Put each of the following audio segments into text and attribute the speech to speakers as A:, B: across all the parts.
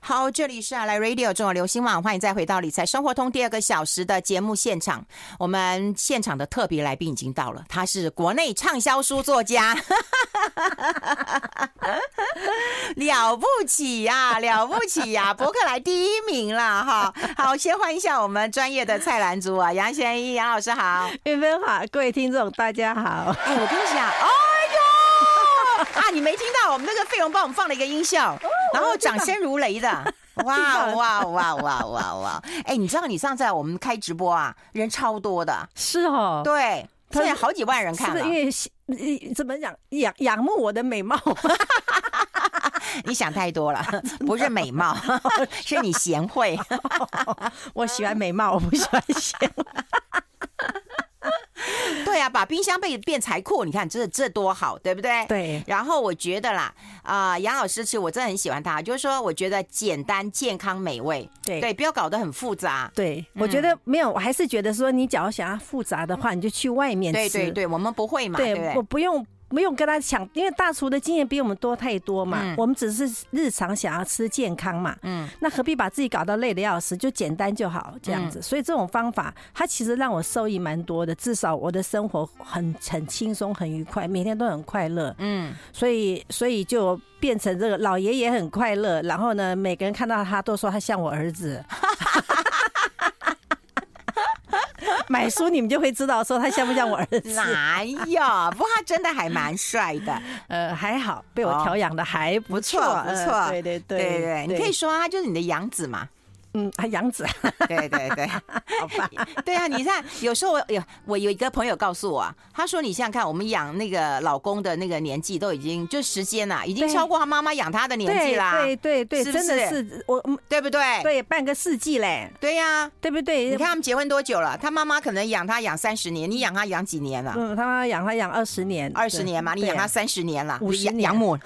A: 好，这里是啊来 Radio 中国流行网，欢迎再回到理财生活通第二个小时的节目现场。我们现场的特别来宾已经到了，他是国内畅销书作家， 了不起呀、了不起呀、伯克莱第一名啦！哈。好，先欢迎一下我们专业的蔡兰竹啊，杨贤一杨老师好。
B: 玉芬哎好，各位听众大家好。
A: 哎，我跟你 讲，Oh my god！啊，你没听到我们那个费用帮我们放了一个音效，
B: 哦
A: 然后掌声如雷的，哇 哇哦哇哇哇哇！哎，你知道你上次我们开直播啊，人超多的，
B: 是哦，
A: 对，
B: 他
A: 现
B: 是
A: 在好几万人
B: 是
A: 看
B: 不是
A: 了
B: 因。为喜呃怎么讲仰仰慕我的美貌？
A: 你想太多了， 不是美 貌，是你贤惠。
B: 我喜欢美貌，我不喜欢显。
A: 对啊，把冰箱被变财库，你看这这多好，对不对？
B: 对
A: 然后我觉得啦，啊、杨老师其实我真的很喜欢他，就是说我觉得简单、健康、美味，
B: 对嗯
A: 对，不要搞得很复杂。
B: 对，我觉得没有，我还是觉得说，你只要想要复杂的话，你就去外面
A: 对
B: 吃。
A: 对对，我们不会嘛，
B: 对
A: 对不对？
B: 我不用不用跟他抢，因为大厨的经验比我们多太多嘛。
A: 嗯
B: 我们只是日常想要吃健康嘛，
A: 嗯，
B: 那何必把自己搞到累得要死？就简单就好，这样
A: 嗯
B: 子。所以这种方法，它其实让我受益蛮多的，至少我的生活很很轻松，很愉快，每天都很快乐。
A: 嗯，
B: 所以所以就变成这个老爷爷很快乐，然后呢，每个人看到他都说他像我 儿子。买书你们就会知道说他像不像我儿子。
A: 哪有？不过他真的还蛮帅 的，
B: 呃，还好被我
A: 哦
B: 调养的还不错，
A: 不
B: 呃
A: 错，
B: 对对
A: 对
B: 对
A: 对，你可以啊说他就是你的养子 嘛，
B: 嗯，还养子，
A: 对对对。
B: 好吧？
A: 对啊，你看，有时候我有我有一个朋友告诉我、啊，他说你想想看，我们养那个老公的那个年纪都已经就时间啊啦、已经
B: 对
A: 超过他妈妈养他的年纪啦，
B: 对对对，
A: 是不
B: 真的
A: 是
B: 是我嗯
A: 对不对？
B: 对半个世纪嘞，
A: 对呀、
B: 对不对？
A: 你看他们结婚多久了？他妈妈可能养他养三十年，你养他养几年了？
B: 嗯，他妈养他养二十年，
A: 二十
B: 对
A: 年嘛，你
B: 对
A: 养
B: 啊
A: 他三十年了，
B: 50
A: 养
B: 年
A: 养母，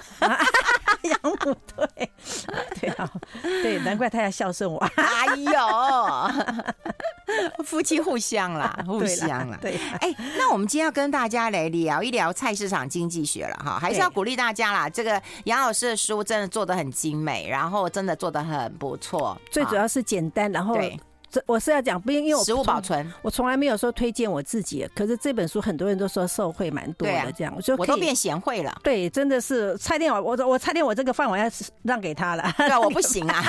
B: 养母， 对对啊，对，难怪他要孝顺 我，
A: 哎呦，夫妻互相 啦，互
B: 对啦
A: 相啦，
B: 对啦，
A: 哎，那我们今天要跟大家来聊一聊菜市场经济学了哈，还是要
B: 对
A: 鼓励大家啦。这个杨老师的书真的做的很精美，然后真的做的很不错。
B: 最主
A: 啊
B: 要是简单，然后
A: 对
B: 这我是要讲，不因为我
A: 食物
B: 从
A: 保存，
B: 我从来没有说推荐我自己，可是这本书很多人都说受惠蛮多
A: 对啊
B: 的，这样我就
A: 我
B: 可
A: 都
B: 以。
A: 变贤惠了
B: 对，真的是差点我我我差点我这个饭碗要让给 他了。
A: 对啊，我不行啊！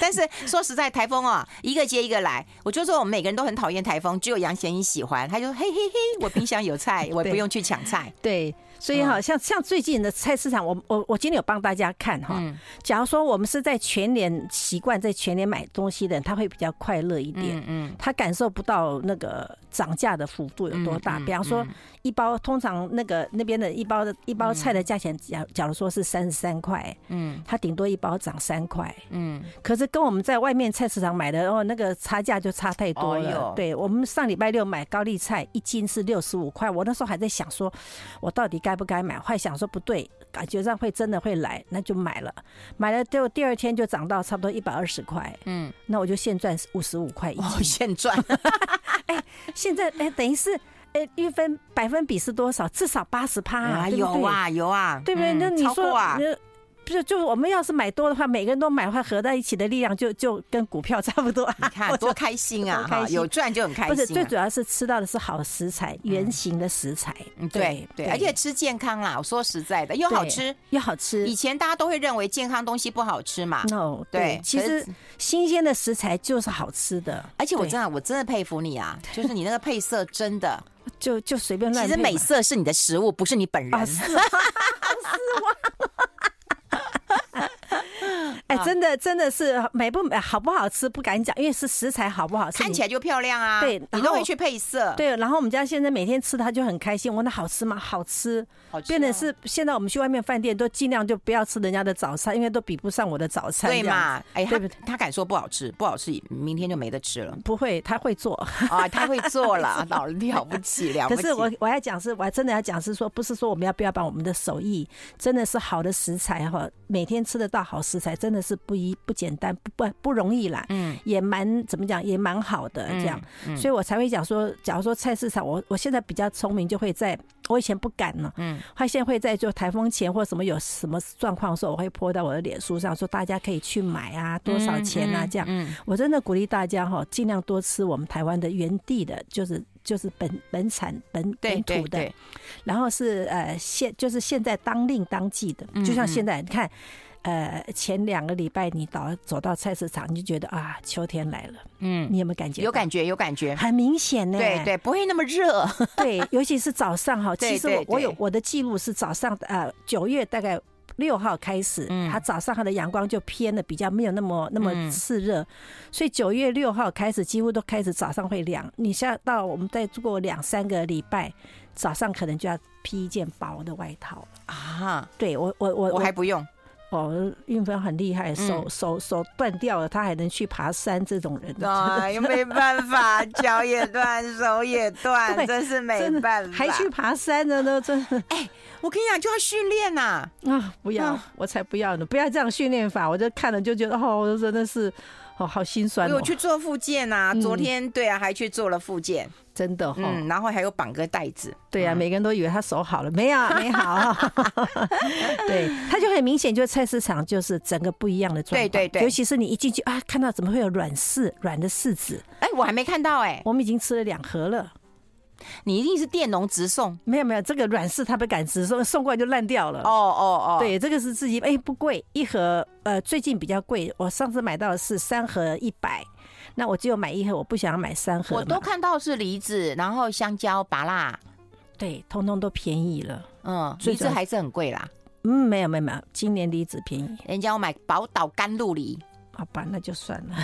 A: 但是说实在，台风啊，一个接一个来。我就说我们每个人都很讨厌台风，只有杨贤一喜欢。他就嘿嘿嘿，我冰箱有菜，我不用去抢菜。
B: 对，所
A: 嗯
B: 以好像像最近的菜市场，我我我今天有帮大家看哈。
A: 嗯
B: 假如说我们是在全年习惯在全年买东西的人，他会比较快乐一点。
A: 嗯嗯，
B: 他感受不到那个涨价的幅度有多大。
A: 嗯嗯
B: 比方说，一包通常那个那边的一包的一包菜的价钱，假假如说是三十三块，
A: 嗯
B: 它顶多一包涨三块。
A: 嗯，
B: 可是跟我们在外面菜市场买的哦，那个差价就差太多
A: 哎
B: 了。
A: 呦
B: 对我们上礼拜六买高丽菜一斤是六十五块，我那时候还在想说，我到底该不该买？后来想说不对，感觉上会真的会来，那就买了。买了就第二天就涨到差不多一百二十块，
A: 嗯，
B: 那我就现赚五十五块 一
A: 哦，
B: 斤。
A: 现 赚
B: 现在哎，等于是哎，一分百分比是多少？至少八十趴，
A: 啊，
B: 对不对
A: 有，啊有啊，
B: 对不对？
A: 嗯
B: 那你
A: 超
B: 说
A: 过啊，
B: 呃不是，就是我们要是买多的话，每个人都买的话，合在一起的力量就就跟股票差不多、啊。
A: 你看
B: 我
A: 多开心啊！
B: 多
A: 哈，
B: 开心
A: 有赚就很开
B: 不是，
A: 心
B: 最
A: 啊。
B: 主要是吃到的是好食材，圆形的食材。
A: 嗯，对对，而且吃健康啦，我说实在的，又
B: 对
A: 好吃。
B: 又好吃
A: 以。前大家都会认为健康东西不好吃嘛，
B: no，
A: 对
B: 嗯对，其
A: 可是
B: 实新鲜的食材就是好吃的，
A: 而且我
B: 对
A: 真的我真的佩服你 啊，就是你那个配色真的，
B: 就就随便乱
A: 其
B: 配
A: 实
B: 嘛。
A: 美色是你的食物，不是你本人
B: 啊，。是吗？好失望。 哎，真的，真的是美不美，好不好吃不敢讲，因为是食材好不好吃。
A: 看起
B: 来
A: 来就漂亮啊，
B: 对
A: 你
B: 然
A: 都
B: 后
A: 会去配色，，
B: 对。然后我们家现在每天吃它就很开心，我那好吃吗？好吃，
A: 好吃
B: 变
A: 哦
B: 得是现在我们去外面饭店都尽量就不要吃人家的早餐，因为都比不上我的早餐。
A: 对嘛？？哎，他
B: 对不对
A: 他敢说不好吃，不好吃，明天就没得吃了
B: 不会，他会做。
A: 啊！他会做了，老了不起，了不
B: 可
A: 起。
B: 是我我要讲是，我还真的要讲是说，不是说我们要不要把我们的手艺，真的是好的食材哈，每天吃得到好食材，真的的是不一不简单，不不不容易啦。
A: 嗯，
B: 也蛮怎么讲，也蛮好的这样，
A: 嗯嗯
B: 所以我才会讲说，假如说菜市场，我我现在比较聪明，就会在我以前不敢呢，
A: 嗯，
B: 他现在会在就台风前或什么有什么状况的时候，我会泼到我的脸书上，说大家可以去买啊，多少钱啊
A: 嗯
B: 这样。
A: 嗯，
B: 我真的鼓励大家哈，尽量多吃我们台湾的原地的，就是就是本本产本
A: 对
B: 本
A: 对
B: 土的
A: 对，，
B: 然后是呃现就是现在当令当季的
A: 嗯，
B: 就像
A: 嗯
B: 现在你看。呃，前两个礼拜你到走到菜市场，你就觉得啊，秋天来了。
A: 嗯，
B: 你有没有感觉？
A: 有，感觉有感 觉，
B: 很明显呢。
A: 对对，不会那么热，
B: 对，尤其是早上哈，
A: 对
B: 其实
A: 对
B: 我我有
A: 对
B: 我的记录是早上呃九月大概六号开始，
A: 嗯
B: 它早上它的阳光就偏的比较没有那么那么
A: 嗯
B: 炽热，所以九月六号开始几乎都开始早上会凉。你像到我们再过两三个礼拜，早上可能就要披一件薄的外套了。
A: 啊，
B: 对我我我
A: 我还嗯不 用，
B: 哦，运芬很厉害，手、手手断掉了，他还能去爬山，这种人
A: 哎，又没办 法，脚也断，手也断，
B: 对
A: 真是没
B: 真的
A: 办法。
B: 还去，爬山的呢，真的。
A: 我跟你讲，就要训练 呐。
B: 啊，不要，
A: 啊
B: 我才不要呢！不要这样训练法，我就看了就觉得哦，我真的是哦，好心酸
A: 我
B: 哦
A: 有，哎去做复健呐，
B: 嗯
A: 昨天对啊，还去做了复健，
B: 真的哈、
A: 嗯，然嗯后还有绑个带子。
B: 对啊，每个人都以为他手好了，没有，没好， 对，他就很明显，就是菜市场就是整个不一样的状况，
A: 对对对
B: 尤其是你一进去啊，看到怎么会有软柿软的柿子，
A: 哎，我还没看到哎，
B: 我们已经吃了两盒了。
A: 你一定是电农直送。
B: 没有没有，这个软柿他不敢吃，送送过来就烂掉了。
A: 哦哦哦，，
B: 对，这个是自己哎、不贵，一盒呃最近比较贵，我上次买到的是三盒一百，那我只有买一盒，我不想要买三盒嘛，
A: 我都看到是梨子，然后香蕉、芭辣，
B: 对，通通都便宜了。
A: 嗯，
B: 最
A: 梨
B: 主
A: 子
B: 要
A: 还是很贵啦。
B: 嗯，没有没有没有，今年梨子便宜，
A: 人家要买宝岛甘露梨，
B: 好吧，那就算了。。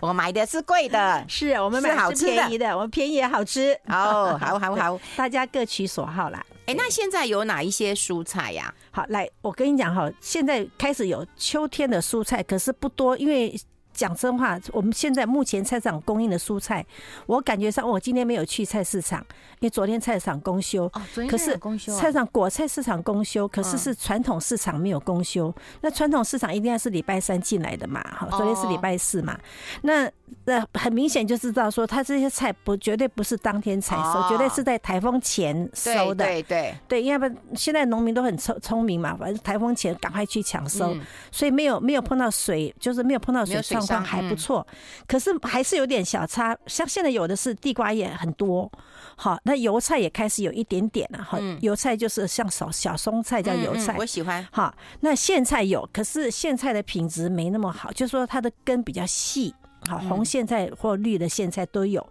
A: 我买的是贵的
B: 是啊我们买
A: 是好
B: 是
A: 吃的
B: 便宜的，我们便宜也好吃，
A: 哦，好好好，
B: 大家各取所好啦。
A: 哎，那现在有哪一些蔬菜呀？
B: 好，来，我跟你讲哈，现在开始有秋天的蔬菜，可是不多，因为讲真话，我们现在目前菜市场供应的蔬菜，我感觉上我今天没有去菜市场，因为昨天菜市场公休。
A: 哦，昨天
B: 可
A: 菜
B: 是
A: 有公休啊
B: 菜市场果菜市场公休，可是
A: 嗯
B: 是传统市场没有公休。那传统市场一定要是礼拜三进来的嘛，哈，
A: 哦
B: 昨天是礼拜四嘛。那那很明显就知道说，它这些菜不绝对不是当天采收，
A: 哦
B: 绝对是在台风前收的。
A: 对对对，
B: 对，要不然现在农民都很聪聪明嘛，反正台风前赶快去抢收，
A: 嗯
B: 所以没有没有碰到水，就是没有碰到
A: 没
B: 水
A: 有水
B: 状况
A: 伤
B: 还不
A: 嗯
B: 错，可是还是有点小差。像现在有的是地瓜也很多，好，那油菜也开始有一点点了、哈、
A: 嗯
B: 油菜就是像小小松菜叫
A: 嗯
B: 油
A: 嗯
B: 菜。
A: 我喜欢。
B: 好，那苋菜有，可是苋菜的品质没那么好，就是说它的根比较细，好，
A: 嗯
B: 红苋菜或绿的苋菜都有。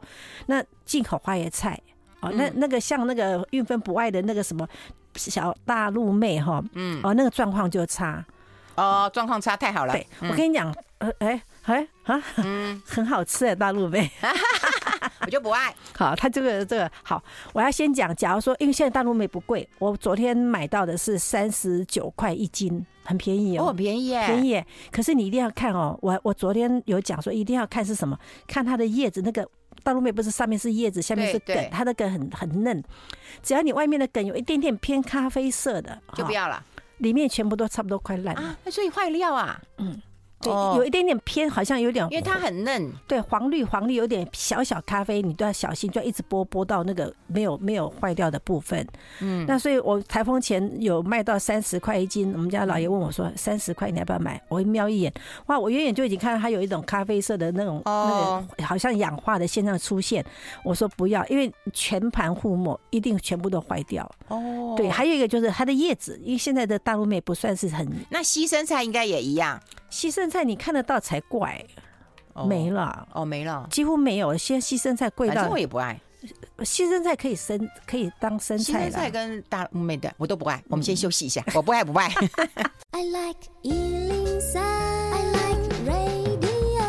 B: 那进口花椰菜，哦，那
A: 嗯
B: 那个像那个运分不爱的那个什么小大陆妹哈，
A: 嗯，
B: 哦，那个状况就差。
A: 哦，状况差太好了。
B: 对，
A: 嗯
B: 我跟你讲，呃，哎哎啊，
A: 嗯，
B: 很好吃的大陆妹。
A: 我就不爱。
B: 好，它这个这个好，我要先讲，假如说，因为现在大陆妹不贵，我昨天买到的是三十九块一斤，很便宜
A: 哦，
B: 哦
A: 很。便宜耶。
B: 便宜耶。可是你一定要看哦，我我昨天有讲说一定要看是什么，看它的叶子那个。大陆妹不是上面是叶子，下面是
A: 对
B: 梗
A: 对，
B: 它的梗很很嫩。只要你外面的梗有一点点偏咖啡色的，
A: 就不
B: 哈，
A: 要了
B: 里面全部都差不多快烂了。
A: 啊，所以坏料啊，
B: 嗯对，
A: 哦
B: 有一点点偏，好像有点，
A: 因为它很嫩，
B: 对黄绿黄绿有点小小咖啡，你都要小心，就要一直剥剥到那个没有没有坏掉的部分。
A: 嗯，
B: 那所以我台风前有卖到三十块一斤，我们家老爷问我说：“三十块你要不要买？”我一瞄一眼，哇，我远远就已经看到它有一种咖啡色的那种、
A: 哦
B: 那个好像氧化的现象出现，我说不要，因为全盘覆没，一定全部都坏掉。
A: 哦
B: 对，，还有一个就是它的叶子，因为现在的大陆妹不算是很
A: 那西生菜应该也一样，
B: 西生菜，你看得到才怪，
A: 哦
B: 没了。
A: 哦，没了。
B: 几乎没有，现在西生菜贵
A: 反正
B: 到
A: 我也不爱，
B: 西生菜可以生，可以当生
A: 西
B: 菜嗯
A: 生菜
B: 了。
A: 跟大陆妹的我都不爱。我们先休息一下，我不爱不爱。
C: I like Ealing Sound. I like radio.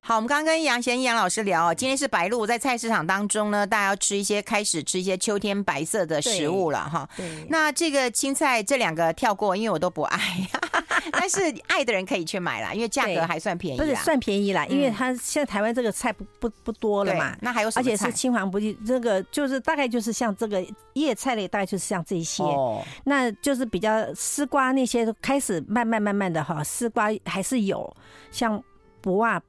A: 好，我们刚刚跟杨贤杨老师聊哦，今天是白露，在菜市场当中呢，大家要吃一些开始吃一些秋天白色的食物了哈。
B: 对，
A: 那这个青菜这两个跳过，因为我都不爱。 但是爱的人可以去买啦，因为价格还算便宜
B: 不是
A: 啦。
B: 算便宜啦，因为
A: 嗯
B: 它现在台湾这个菜不不不多了
A: 对
B: 嘛，
A: 那还有什
B: 而
A: 么
B: 且
A: 菜
B: 是青黄不接，这个就是大概就是像这个叶菜类，大概就是像这些，
A: 哦，
B: 那就是比较丝瓜那些都开始慢慢慢慢的哈，丝瓜还是有，像卜啊、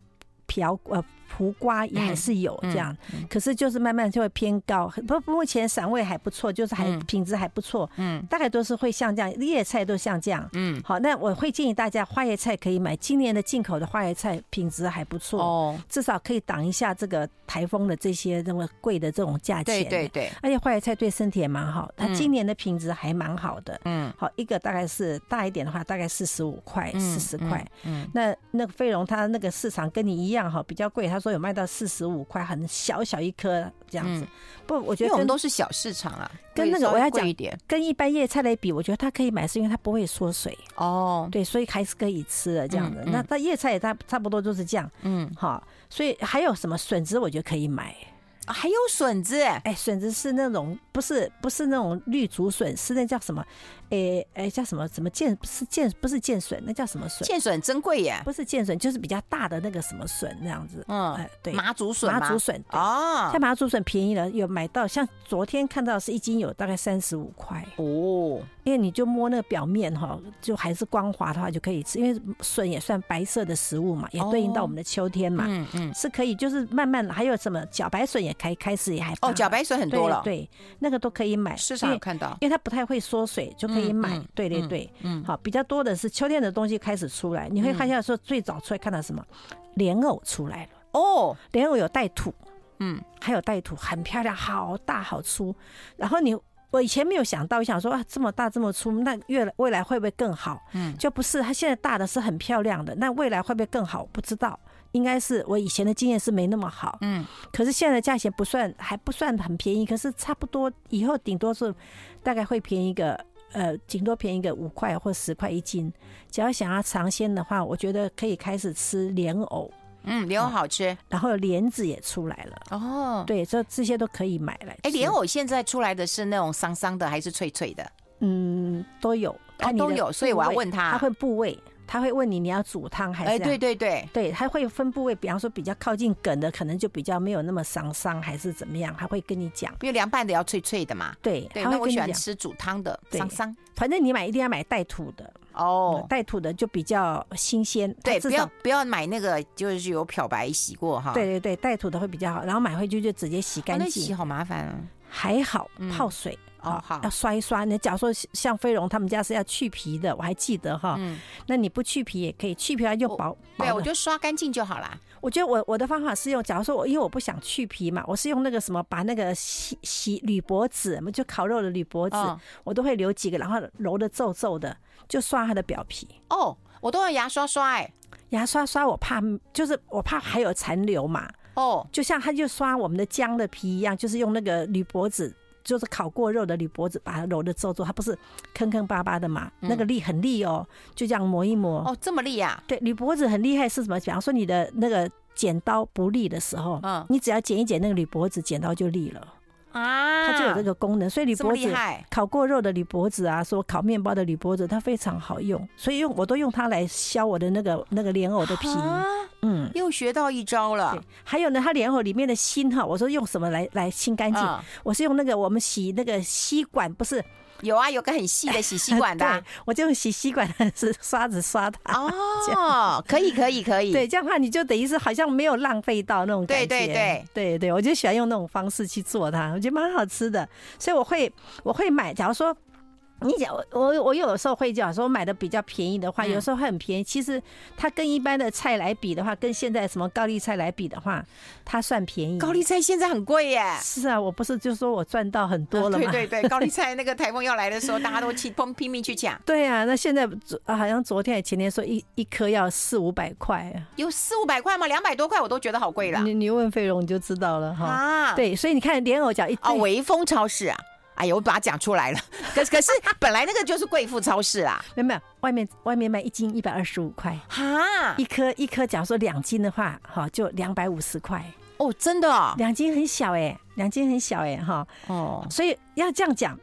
B: 瓢呃蒲瓜也还是有
A: 嗯
B: 这样，
A: 嗯
B: 可是就是慢慢就会偏高，不不目前散位还不错，就是还、
A: 嗯
B: 品质还不错，
A: 嗯
B: 大概都是会像这样，叶菜都像这样。
A: 嗯，
B: 好，那我会建议大家花椰菜可以买，今年的进口的花椰菜品质还不错，
A: 哦，
B: 至少可以挡一下这个台风的这些那么贵的这种价钱。
A: 对对，对，
B: 而且花椰菜对身体也蛮好，它
A: 嗯
B: 今年的品质还蛮好的。
A: 嗯，
B: 好，一个大概是大一点的话，大概四十五块、四十
A: 嗯
B: 块。，
A: 嗯，
B: 那那个飞龙它那个市场跟你一样哈，比较贵，他说有卖到四十五块，很小小一颗这样子。不，我
A: 嗯因
B: 觉
A: 为
B: 得
A: 我们
B: 跟
A: 都是小市场啊，
B: 跟那个
A: 所以稍微
B: 我要
A: 贵
B: 讲
A: 一点
B: 跟一般叶菜来比，我觉得它可以买，是因为它不会缩水。
A: 哦，
B: 对，所以还是可以吃的这样子。
A: 嗯嗯
B: 那它叶菜也差差不多就是这样
A: 嗯，
B: 哈，所以还有什么笋子，我觉得可以买。
A: 啊还有笋子，
B: 哎，笋子是那种不是不是那种绿竹笋，是那叫什么？哎哎叫什么？什么剑？不是剑，不是剑笋，那叫什么笋？
A: 苋笋珍贵耶，
B: 不是剑笋，就是比较大的那个什么笋那样子。
A: 嗯
B: 哎，，对，
A: 麻竹笋吗，
B: 麻竹笋。对
A: 哦
B: 像，麻竹笋便宜了，有买到像昨天看到是一斤有大概三十五块，
A: 哦，
B: 因为你就摸那个表面哈，就还是光滑的话就可以吃，因为笋也算白色的食物嘛，也对应到我们的秋天嘛，
A: 哦嗯嗯，
B: 是可以就是慢慢的还有什么茭白笋也开开始也还
A: 哦，茭
B: 白
A: 白笋很多了，
B: 嗯对，对那个都可以买，
A: 市场
B: 因
A: 有
B: 为
A: 看到，
B: 因为它不太会缩水，就可以
A: 嗯
B: 买。
A: 嗯
B: 对对
A: 嗯
B: 对，
A: 嗯，
B: 好，比较多的是秋天的东西开始出来，你会发现说最早出来看到什么，莲藕出来了，
A: 哦，
B: 莲藕有带土，
A: 嗯，
B: 还有带土，很漂亮，好大好粗。然后你，我以前没有想到，我想说啊，这么大这么粗，那越来未来会不会更好？
A: 嗯
B: 就不是，它现在大的是很漂亮的，那未来会不会更好？不知道，应该是我以前的经验是没那么好，
A: 嗯，
B: 可是现在的价钱不算还不算很便宜，可是差不多以后顶多是大概会便宜个。呃，顶多便宜个五块或十块一斤。只要想要尝鲜的话，我觉得可以开始吃莲藕，
A: 嗯，莲藕好吃
B: 然后莲子也出来了。
A: 哦。
B: 嗯对，这这些都可以买来。
A: 哎，莲
B: 藕，
A: 藕现在出来的是那种桑桑的还是脆脆的？
B: 嗯，都有，看你的
A: 哦都有所以
B: 部
A: 我要
B: 位
A: 问他
B: 他会部位，他会问你你要煮汤还是？啊
A: 哎，对。对对，
B: 对，他会分部位，比方说比较靠近梗的，可能就比较没有那么伤伤，还是怎么样，他会跟你讲。
A: 因为凉拌的要脆脆的嘛。
B: 对，
A: 对，
B: 他
A: 那
B: 会
A: 我
B: 跟你
A: 喜
B: 讲
A: 欢。吃煮汤的
B: 对
A: 桑桑
B: 反正你买一定要买带土的，
A: 哦。
B: 带土的就比较新鲜。它
A: 对，
B: 至
A: 不要
B: 少
A: 不要买那个，就是有漂白洗过哈。
B: 对，对对，带土的会比较好，然后买回去就直接洗
A: 哦、
B: 干
A: 那洗
B: 净，
A: 好麻烦啊。
B: 还好
A: 嗯
B: 泡水。
A: 哦好
B: 要刷一刷。你假如说像飞龙他们家是要去皮的，我还记得哈，
A: 嗯，
B: 那你不去皮也可以，去皮它就
A: 我
B: 薄。
A: 对
B: 薄
A: 啊，我
B: 的
A: 就刷干净就好啦。
B: 我觉得我我的方法是用，假如说我因为我不想去皮嘛，我是用那个什么把那个洗洗铝箔纸，就烤肉的铝箔纸，
A: 嗯
B: 我都会留几个，然后揉的皱皱的，就刷它的表皮。
A: 哦，我都用牙刷刷哎、
B: 牙刷刷我怕就是我怕还有残留嘛，
A: 哦，
B: 就像它就刷我们的姜的皮一样，就是用那个铝箔纸。就是烤过肉的铝箔纸，把它揉的皱皱，它不是坑坑巴巴的嘛？
A: 嗯
B: 那个力很力哦，就这样磨一磨。
A: 哦，这么利啊。
B: 对，铝箔纸很厉害是什么？比方说你的那个剪刀不利的时候，
A: 嗯
B: 你只要剪一剪那个铝箔纸，剪刀就利了，
A: 啊，
B: 它就有这个功能。所以铝
A: 这么
B: 箔
A: 厉
B: 纸
A: 害。
B: 烤过肉的铝箔纸啊，说烤面包的铝箔纸，它非常好用，所以用我都用它来削我的那个那个莲藕的皮。
A: 啊，
B: 嗯，
A: 又学到一招
B: 对
A: 了。。
B: 还有呢，它莲藕里面的心哈，我说用什么来来清干净？
A: 嗯，
B: 我是用那个我们洗那个吸管，不是
A: 有啊，有个很细的洗吸管的啊、
B: 对我就用洗吸管 的是刷子刷它。
A: 哦，可以可以可以，
B: 对，这样的话你就等于是好像没有浪费到那种感
A: 对
B: 觉。
A: 对对
B: 对对我就喜欢用那种方式去做它，我觉得蛮好吃的，所以我会我会买。假如说你讲我我我有时候会讲说买的比较便宜的话，
A: 嗯
B: 有时候会很便宜。其实它跟一般的菜来比的话，跟现在什么高丽菜来比的话，它算便宜。
A: 高丽菜现在很贵耶。
B: 是啊，我不是就说我赚到很多了吗？
A: 啊对对对，高丽菜那个台风要来的时候，大家都去拼拼命去 抢，
B: 对啊，那现在昨啊好像昨天还前天说一一颗要四五百块啊，
A: 有四五百块吗？两百多块我都觉得好贵啦。
B: 你你问费荣你就知道了哈。
A: 啊，
B: 嗯对，所以你看莲藕角一
A: 啊，
B: 对
A: 微风超市啊，哎呀，我把它讲出来了。可是可是本来那个就是贵妇超市 啊，
B: 没有没有，外面外面卖一斤一百二十五块，
A: 哈
B: 一，颗一颗，假如说两斤的话，哈，就两百五十块，
A: 哦，真的哦，
B: 两斤很小哎、两斤很小哎、哈，
A: 哦，
B: 所以要这样讲。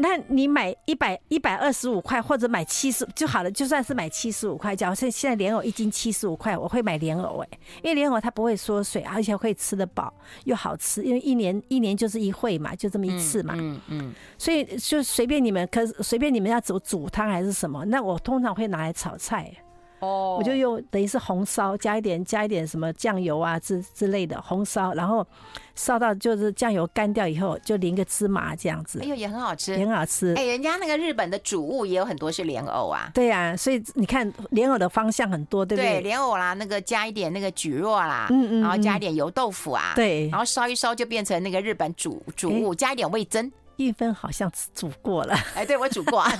B: 那你买一百一百二十五块，或者买七十就好了，就算是买七十五块，假如现现在莲藕一斤七十五块，我会买莲藕哎、因为莲藕它不会缩水，而且会吃得饱又好吃，因为一年一年就是一会嘛，就这么一次嘛，
A: 嗯嗯，
B: 所以就随便你们，可是随便你们要煮煮汤还是什么，那我通常会拿来炒菜，欸
A: 哦
B: 我就用等于是红烧，加一点加一点什么酱油啊之之类的红烧，然后烧到就是酱油干掉以后，就淋个芝麻这样子
A: 哎，呦也很好吃。
B: 也很好吃。
A: 哎，人家那个日本的主物也有很多是莲藕啊，
B: 对呀、所以你看莲藕的方向很多，对不对？
A: 莲藕啦，那个加一点那个蒟蒻啦，
B: 嗯嗯
A: 然后加
B: 嗯
A: 一点油豆腐啊，
B: 对
A: 然后烧一烧就变成那个日本煮煮
B: 哎
A: 物，加一点味增。
B: 玉芬好像煮过 了，
A: 哎，对我煮 过啊，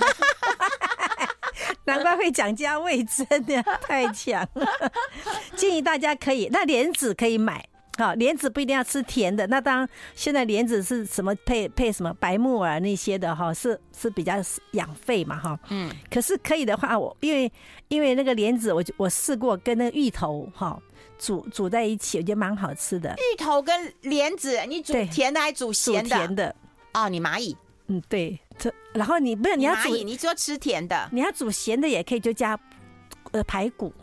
B: 难怪会讲加味真 的太强了。建议大家可以，那莲子可以买。好，莲子不一定要吃甜的。那当然，现在莲子是什么配配什么白木耳那些的哈，是是比较养肺嘛哈。
A: 嗯，
B: 可是可以的话，我因为因为那个莲子我，就我试过跟那个芋头哈煮煮在一起，我觉得蛮好吃的，
A: 芋头跟莲子，你煮
B: 对
A: 甜的还煮
B: 煮
A: 咸
B: 甜
A: 的？
B: 的，
A: 哦，你蚂蚁，
B: 嗯，对。这然后你没有你要
A: 蚂
B: 煮
A: 蚁，你说吃甜的
B: 你要煮咸的也可以，就加呃排骨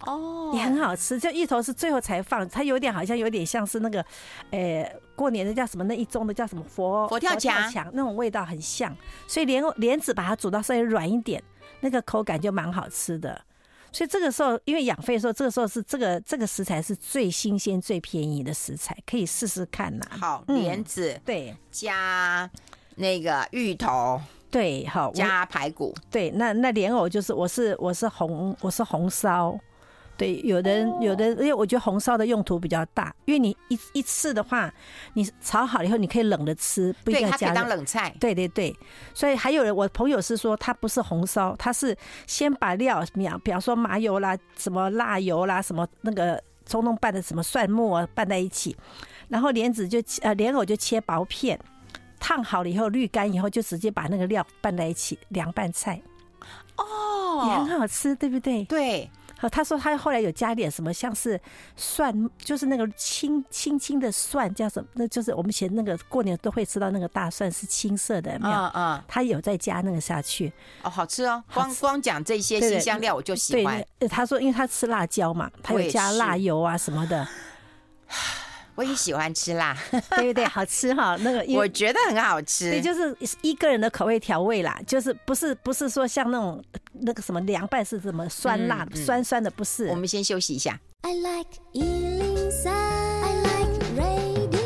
A: 哦
B: 也很好吃。就芋头是最后才放，它有点好像有点像是那个，呃，过年的叫什么那一盅的叫什么佛
A: 佛跳墙
B: 那种味道很像，所以莲藕莲子把它煮到稍微软一点，那个口感就蛮好吃的。所以这个时候，因为养肺的时候，这个时候是这个这个食材是最新鲜、最便宜的食材，可以试试看呐、
A: 好，
B: 嗯
A: 莲子
B: 对
A: 加那个芋头
B: 对，好，我
A: 加排骨，
B: 对，那那莲藕就是我是我是红我是红烧，对，有的
A: 哦
B: 人有的人，因为我觉得红烧的用途比较大，因为你一一次的话，你炒好以后你可以冷着吃，不一
A: 对，
B: 定要
A: 它可以
B: 加
A: 当
B: 热。
A: 冷菜。
B: 对对对，所以还有人，我朋友是说他不是红烧，他是先把料，比方比方说麻油啦、什么辣油啦、什么那个葱弄拌的什么蒜末啊拌在一起，然后莲子就切呃莲藕就切薄片，烫好了以后滤干以后就直接把那个料拌在一起凉拌菜。也
A: 哦，
B: 很好吃，对不对？
A: 对，
B: 好，他说他后来有加点什么，像是蒜，就是那个青青青的蒜，叫什么？那就是我们以前那个过年都会吃到那个大蒜是青色的，有没有？
A: 嗯嗯，
B: 他有在加那个下去，
A: 哦，好吃哦。
B: 好
A: 光光讲这些
B: 对对
A: 新香料我就
B: 对
A: 喜，欢
B: 那，呃他说因为他吃辣椒嘛，他
A: 我
B: 有
A: 也
B: 加
A: 是
B: 辣油啊什么 的，
A: 我也喜欢吃辣，
B: 对不对？好吃哈，那个 因
A: 我
B: 为
A: 觉得很好吃。
B: 对，就是一个人的口味调味啦，就是不是不是说像那种那个什么凉拌是什么酸辣、
A: 嗯嗯
B: 酸酸的，不是
A: 我。们先休息一下。
C: I like Ealing Sound. I like radio.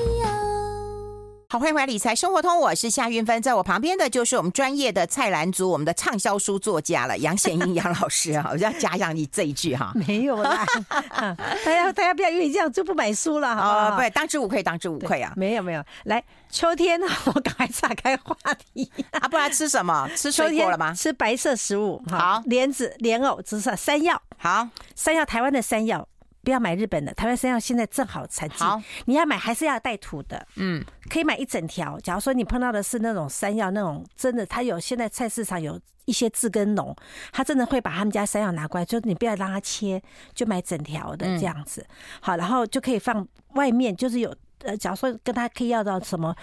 A: 好，欢迎回来《理财生活通》，我是夏运芬，在我旁边的就是我们专业的蔡澜族，我们的畅销书作家了，杨贤英杨老师啊，我要加上你这一句哈。
B: 没有啦，啊大家大家不要因为这样就不买书了，好不好？
A: 哦，不，当之无愧，当之无
B: 对
A: 愧啊！
B: 没有没有，来秋天， 我赶快岔开话 题。
A: 啊，不然吃什 么？吃
B: 秋
A: 水
B: 天
A: 果了吗？
B: 吃白色食物，
A: 好
B: 莲子、莲藕，这是山药，
A: 好，
B: 山药台湾的山药，不要买日本的，台湾山药现在正好产季
A: 好，
B: 你要买还是要带土的，
A: 嗯，
B: 可以买一整条。假如说你碰到的是那种山药，那种真的，它有现在菜市场有一些自耕农，他真的会把他们家山药拿过来，就是你不要让它切，就买整条的
A: 嗯
B: 这样子。好，然后就可以放外面，就是有呃，假如说跟他可以要到什么，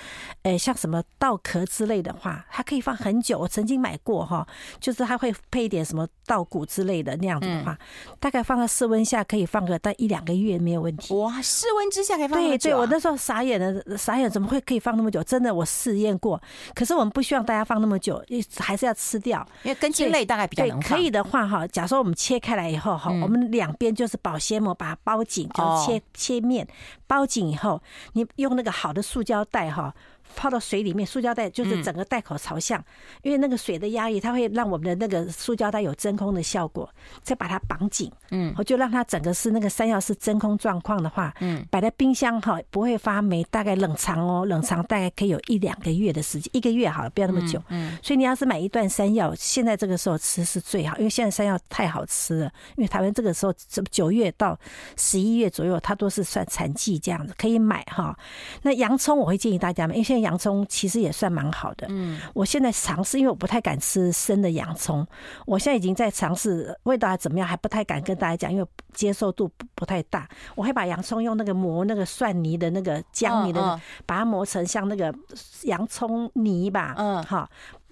B: 呃，像什么稻壳之类的话，它可以放很久。我曾经买过哈，就是它会配一点什么稻谷之类的那样子的话，大概放到室温下可以放个大一两个月没有问题。
A: 哇，室温之下可以放那
B: 对
A: 么久
B: 对，
A: 啊
B: 我那时候傻眼了，傻眼怎么会可以放那么久？真的，我试验过，可是我们不希望大家放那么久，因为还是要吃掉。
A: 因为根茎类大概比较
B: 对
A: 能，
B: 可
A: 放嗯
B: 以的话哈，假如说我们切开来以后哈，我们两边就是保鲜膜把它包紧，就是切、
A: 哦
B: 切面包紧以后，你用那个好的塑胶袋哈。泡到水里面，塑胶袋
A: 嗯
B: 就是整个袋口朝向，因为那个水的压力，它会让我们的那个塑胶袋有真空的效果，再把它绑紧，嗯，我就让它整个是那个山药是真空状况的话，嗯，摆在冰箱哈不会发霉，大概冷藏哦，冷藏大概可以有一两个月的时间，一个月好了，不要那么
A: 嗯
B: 久，所以你要是买一段山药，现在这个时候吃是最好，因为现在山药太好吃了。因为台湾这个时候这九月到十一月左右，它都是算产季这样子，可以买哈。那洋葱我会建议大家买，因为现在洋葱其实也算蛮好的。嗯，我现在尝试，因为我不太敢吃生的洋葱，我现在已经在尝试味道还怎么样，还不太敢跟大家讲，因为接受度不不太大。我会把洋葱用那个磨那个蒜泥的那个姜泥的那个
A: 嗯嗯
B: 把它磨成像那个洋葱泥吧，
A: 嗯
B: 哈，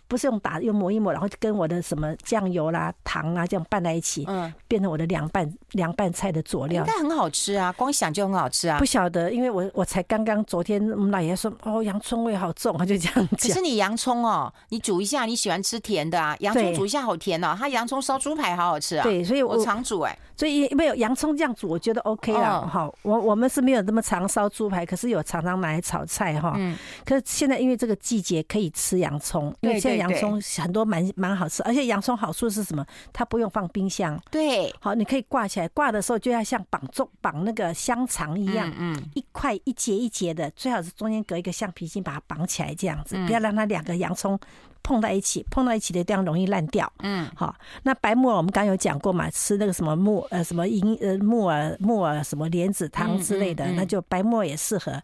B: 不是用打用抹一抹，然后就跟我的什么酱油啦、糖啊这样拌在一起，
A: 嗯，
B: 变成我的凉拌凉拌菜的佐
A: 应
B: 料
A: 该。很好吃啊，光想就很好吃啊
B: 不。晓得，因为我我才刚刚昨天我们老爷说哦洋葱味好重，他就这样
A: 可
B: 讲
A: 是。你洋葱哦，你煮一下，你喜欢吃甜的啊？洋葱
B: 对
A: 煮一下好甜哦，它洋葱烧猪排好好吃啊。，
B: 对，所以我
A: 我常煮哎，
B: 所以因为有洋葱酱煮，我觉得 OK
A: 哦
B: 了哈、我我们是没有那么常烧猪排，可是有常常拿来炒菜哈。
A: 嗯，
B: 可是现在因为这个季节可以吃洋葱，因为
A: 对
B: 现在
A: 对
B: 洋
A: 对
B: 葱很多蛮蛮好吃，而且洋葱好处是什么？它不用放冰箱，
A: 对，
B: 好，你可以挂起来，挂的时候就要像绑粽绑那个香肠一样。
A: 嗯嗯，
B: 一块一节一节的，最好是中间隔一个橡皮筋把它绑起来，这样
A: 嗯
B: 子，不要让它两个洋葱碰在一起，碰到一起的地方容易烂掉。
A: 嗯，
B: 好，那白木耳我们刚刚有讲过嘛，吃那个什么木呃什么银呃木耳木耳什么莲子汤之类的，
A: 嗯嗯嗯
B: 那就白木耳也适合。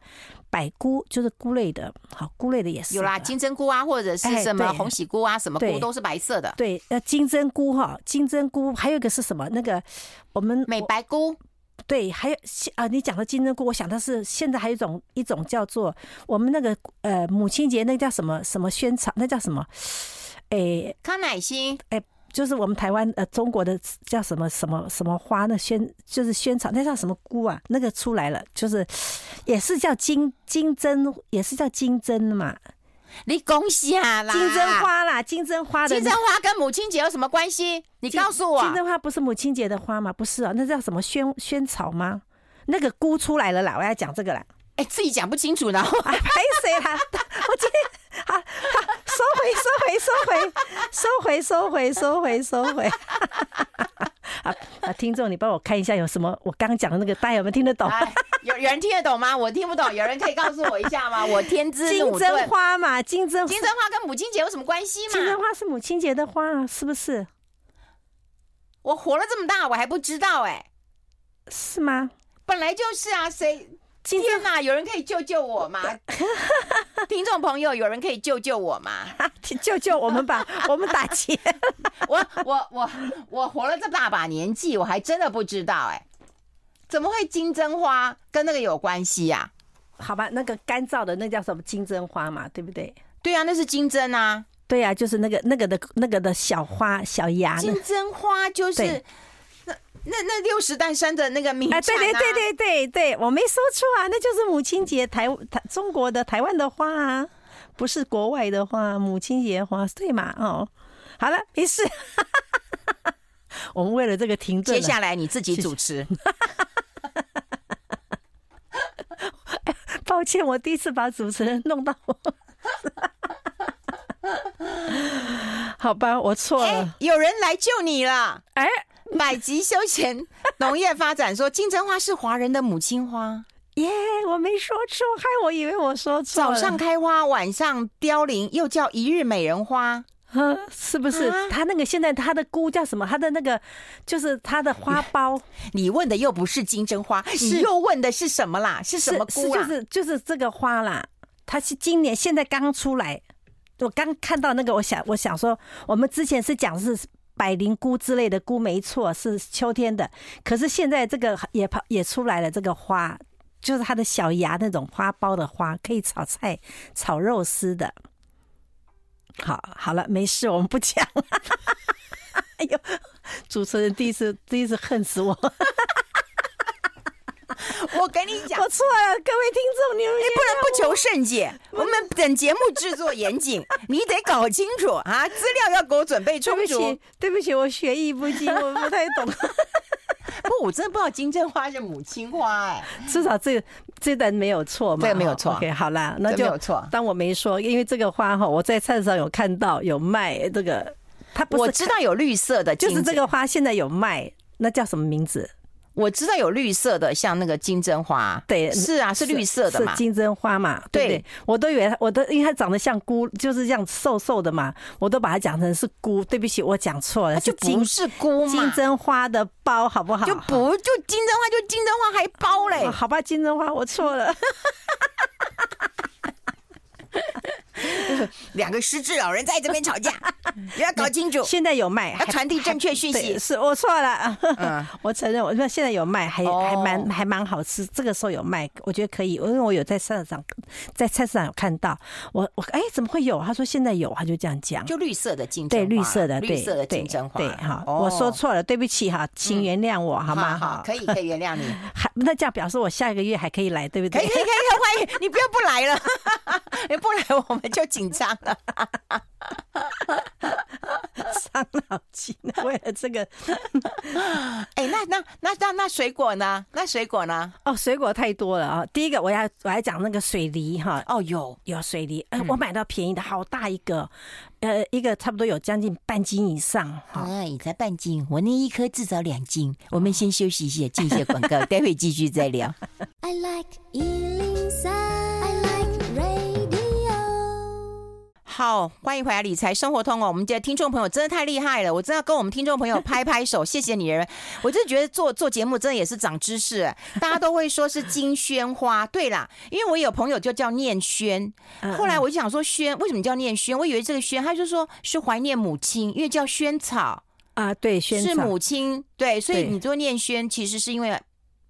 B: 百菇就是菇类的，好菇类的也是
A: 有啦，金针菇啊，或者是
B: 哎
A: 什么
B: 对
A: 红喜菇啊，什么菇
B: 对
A: 都是白色的，
B: 对，呃，金针菇哈，金针菇还有一个是什么？那个我们
A: 美白菇。
B: 对，还有现啊、你讲的金针菇，我想到是现在还有一种一种叫做我们那个呃母亲节那叫什么什么萱草，那叫什么？诶，
A: 康乃馨，
B: 就是我们台湾呃中国的叫什么什么什么花，那萱就是萱草，那叫什么菇啊？那个出来了，就是也是叫金金针，也是叫金针嘛，
A: 你恭喜啊啦！
B: 金针，花啦，金针花的
A: 金针花跟母亲节有什么关系？你
B: 金
A: 告诉我啊
B: 金，针花不是母亲节的花吗？不是哦，那叫什么萱萱草吗？那个菇出来了啦，我要讲这个啦。
A: 哎，自己讲不清楚呢。
B: 啊，拍谁啦？我今天好，好收回，收回，收回，收回，收回，收回，收回。啊啊！听众，你帮我看一下有什么？我刚刚讲的那个，大家有没有听得懂？
A: 哎，有有人听得懂吗？我听不懂，有人可以告诉我一下吗？我天资
B: 金
A: 努
B: 针
A: 钝。
B: 花嘛，金针
A: 金针花跟母亲节有什么关系
B: 金
A: 嘛？
B: 针花是母亲节的花啊，是不是？
A: 我活了这么大，我还不知道哎、
B: 是吗？
A: 本来就是啊，谁
B: 金
A: 天
B: 针
A: 哪？有人可以救救我吗？ 听众朋友，有人可以救救我吗？
B: 花，救救我们吧，我们打劫。
A: 我我我我活了这么大把年纪，我还真的不知道哎、怎么会金针花跟那个有关系呀、
B: 好吧，那个干燥的那叫什么金针花嘛，对不对？
A: 对啊，那是金针啊，
B: 对呀、就是那个那个的那个的小花小芽。啊那个
A: 金针花就是
B: 对
A: 那那那六十担山的那 个名产、啊
B: 哎，对对对对对对，我没说错啊，那就是母亲节台台中国的台湾的花啊，不是国外的花，母亲节花对嘛？哦，好了，没事。 我们为了这个停顿啊
A: 接
B: 了，
A: 下来你自己主持，
B: 抱歉，我第一次把主持人弄到我。 好吧，我错
A: 哎、
B: 了。
A: 有人来救你了。
B: 哎、
A: 百吉休闲农业发展说，金针花是华人的母亲花，
B: 耶我没说错，害我以为我说错
A: 早
B: 了。
A: 上开花，晚上凋零，又叫一日美人花。
B: 呵是不是
A: 啊
B: 它那个现在它的菇叫什么？它的那个就是它的花苞。
A: 你问的又不是金针花，你又问的是什么啦？是什么
B: 是
A: 菇啊
B: 就
A: 啦？
B: 是就是这个花啦，它是今年现在刚出来，我刚看到那个，我想我想说，我们之前是讲是。百灵菇之类的菇没错，是秋天的。可是现在这个也跑也出来了，这个花就是它的小芽那种花苞的花，可以炒菜、炒肉丝的。好，好了，没事，我们不讲了。 哎呦，主持人第一次第一次恨死我，我
A: 我跟你讲，
B: 错了，各位听众，你们也
A: 不能不求甚解。我们本节目制作严 谨，你得搞清楚啊，资料要给我准备充
B: 对不
A: 足
B: 起。，对不起，我学艺不 精，我不太懂。
A: 不，我真的不知道金针花是母亲花哎、
B: 至少这这段没有错嘛，
A: 这个没有错
B: OK，好啦，那
A: 这
B: 就
A: 没有错
B: 当我没说，因为这个花哈，我在菜市场有看到有卖这个，它不
A: 我
B: 是
A: 知道有绿色的，
B: 就是这。个花现在有卖，那叫什么名字？
A: 我知道有绿色的，像那个金针花，
B: 对
A: 是啊，是绿色的嘛
B: 是。金针花嘛？对不
A: 对
B: 对，我都以为它我都因为它长得像菇，就是这样瘦瘦的嘛，我都把它讲成是菇。对不起，我讲错了，
A: 它啊就是
B: 金
A: 不是菇嘛，
B: 金针花的包，好不好？哦
A: 就不就金针花就金针花还包嘞
B: 啊，好吧，金针花，我错了。
A: 两个失智老人在这边吵 架，你要搞清楚，
B: 现在有卖，
A: 要
B: 还
A: 传递正确讯
B: 对，
A: 息。
B: 是我错了，
A: 嗯
B: 我承认，我说现在有卖，还
A: 哦
B: 还蛮还蛮好吃，这个时候有卖，我觉得可以，因为我有在菜市场，在菜市场有看到，我我哎怎么会有？他说现在有，他就这样讲。
A: 就绿色的金针
B: 对
A: 花，
B: 绿色的，
A: 绿
B: 对
A: 色的
B: 对
A: 金针花，
B: 对哈，
A: 哦嗯
B: 我说错了，对不起哈，请原谅我好吗？
A: 好
B: 哈，
A: 可以可以原谅你，
B: 还那这样表示我下个月还可以来，对不
A: 可以可以可？
B: 对
A: 以，欢迎你不要不来了， 你不来我们就紧张了。
B: 伤脑筋，为了这个
A: 哎，那那那那那水果呢？那水果呢？
B: 哦，水果太多了啊。第一个我要我要讲那个水梨哈，
A: 哦，有
B: 有水梨，
A: 嗯
B: 哎、我买到便宜的好大一个，呃，一个差不多有将近半斤以上哈。
A: 哎，才半斤，我那一颗至少两斤。我们先休息一下，进一下广 告，待会继续再聊。
C: I like Ealing Sound. I like radio.
A: 好，欢迎回来《理财生活通》哦！我们的听众朋友真的太厉害了，我真的要跟我们听众朋友拍拍手，谢谢你 人。我真的觉得做做节目真的也是长知识，大家都会说是金萱 花。对啦，因为我有朋友就叫念萱，
B: 嗯
A: 后来我就想说萱为什么叫念萱？我以为这个萱，他就说是怀念母亲，因为叫萱草
B: 啊、对，萱
A: 是
B: 草
A: 母亲，对，所以
B: 对
A: 你做念萱其实是因为，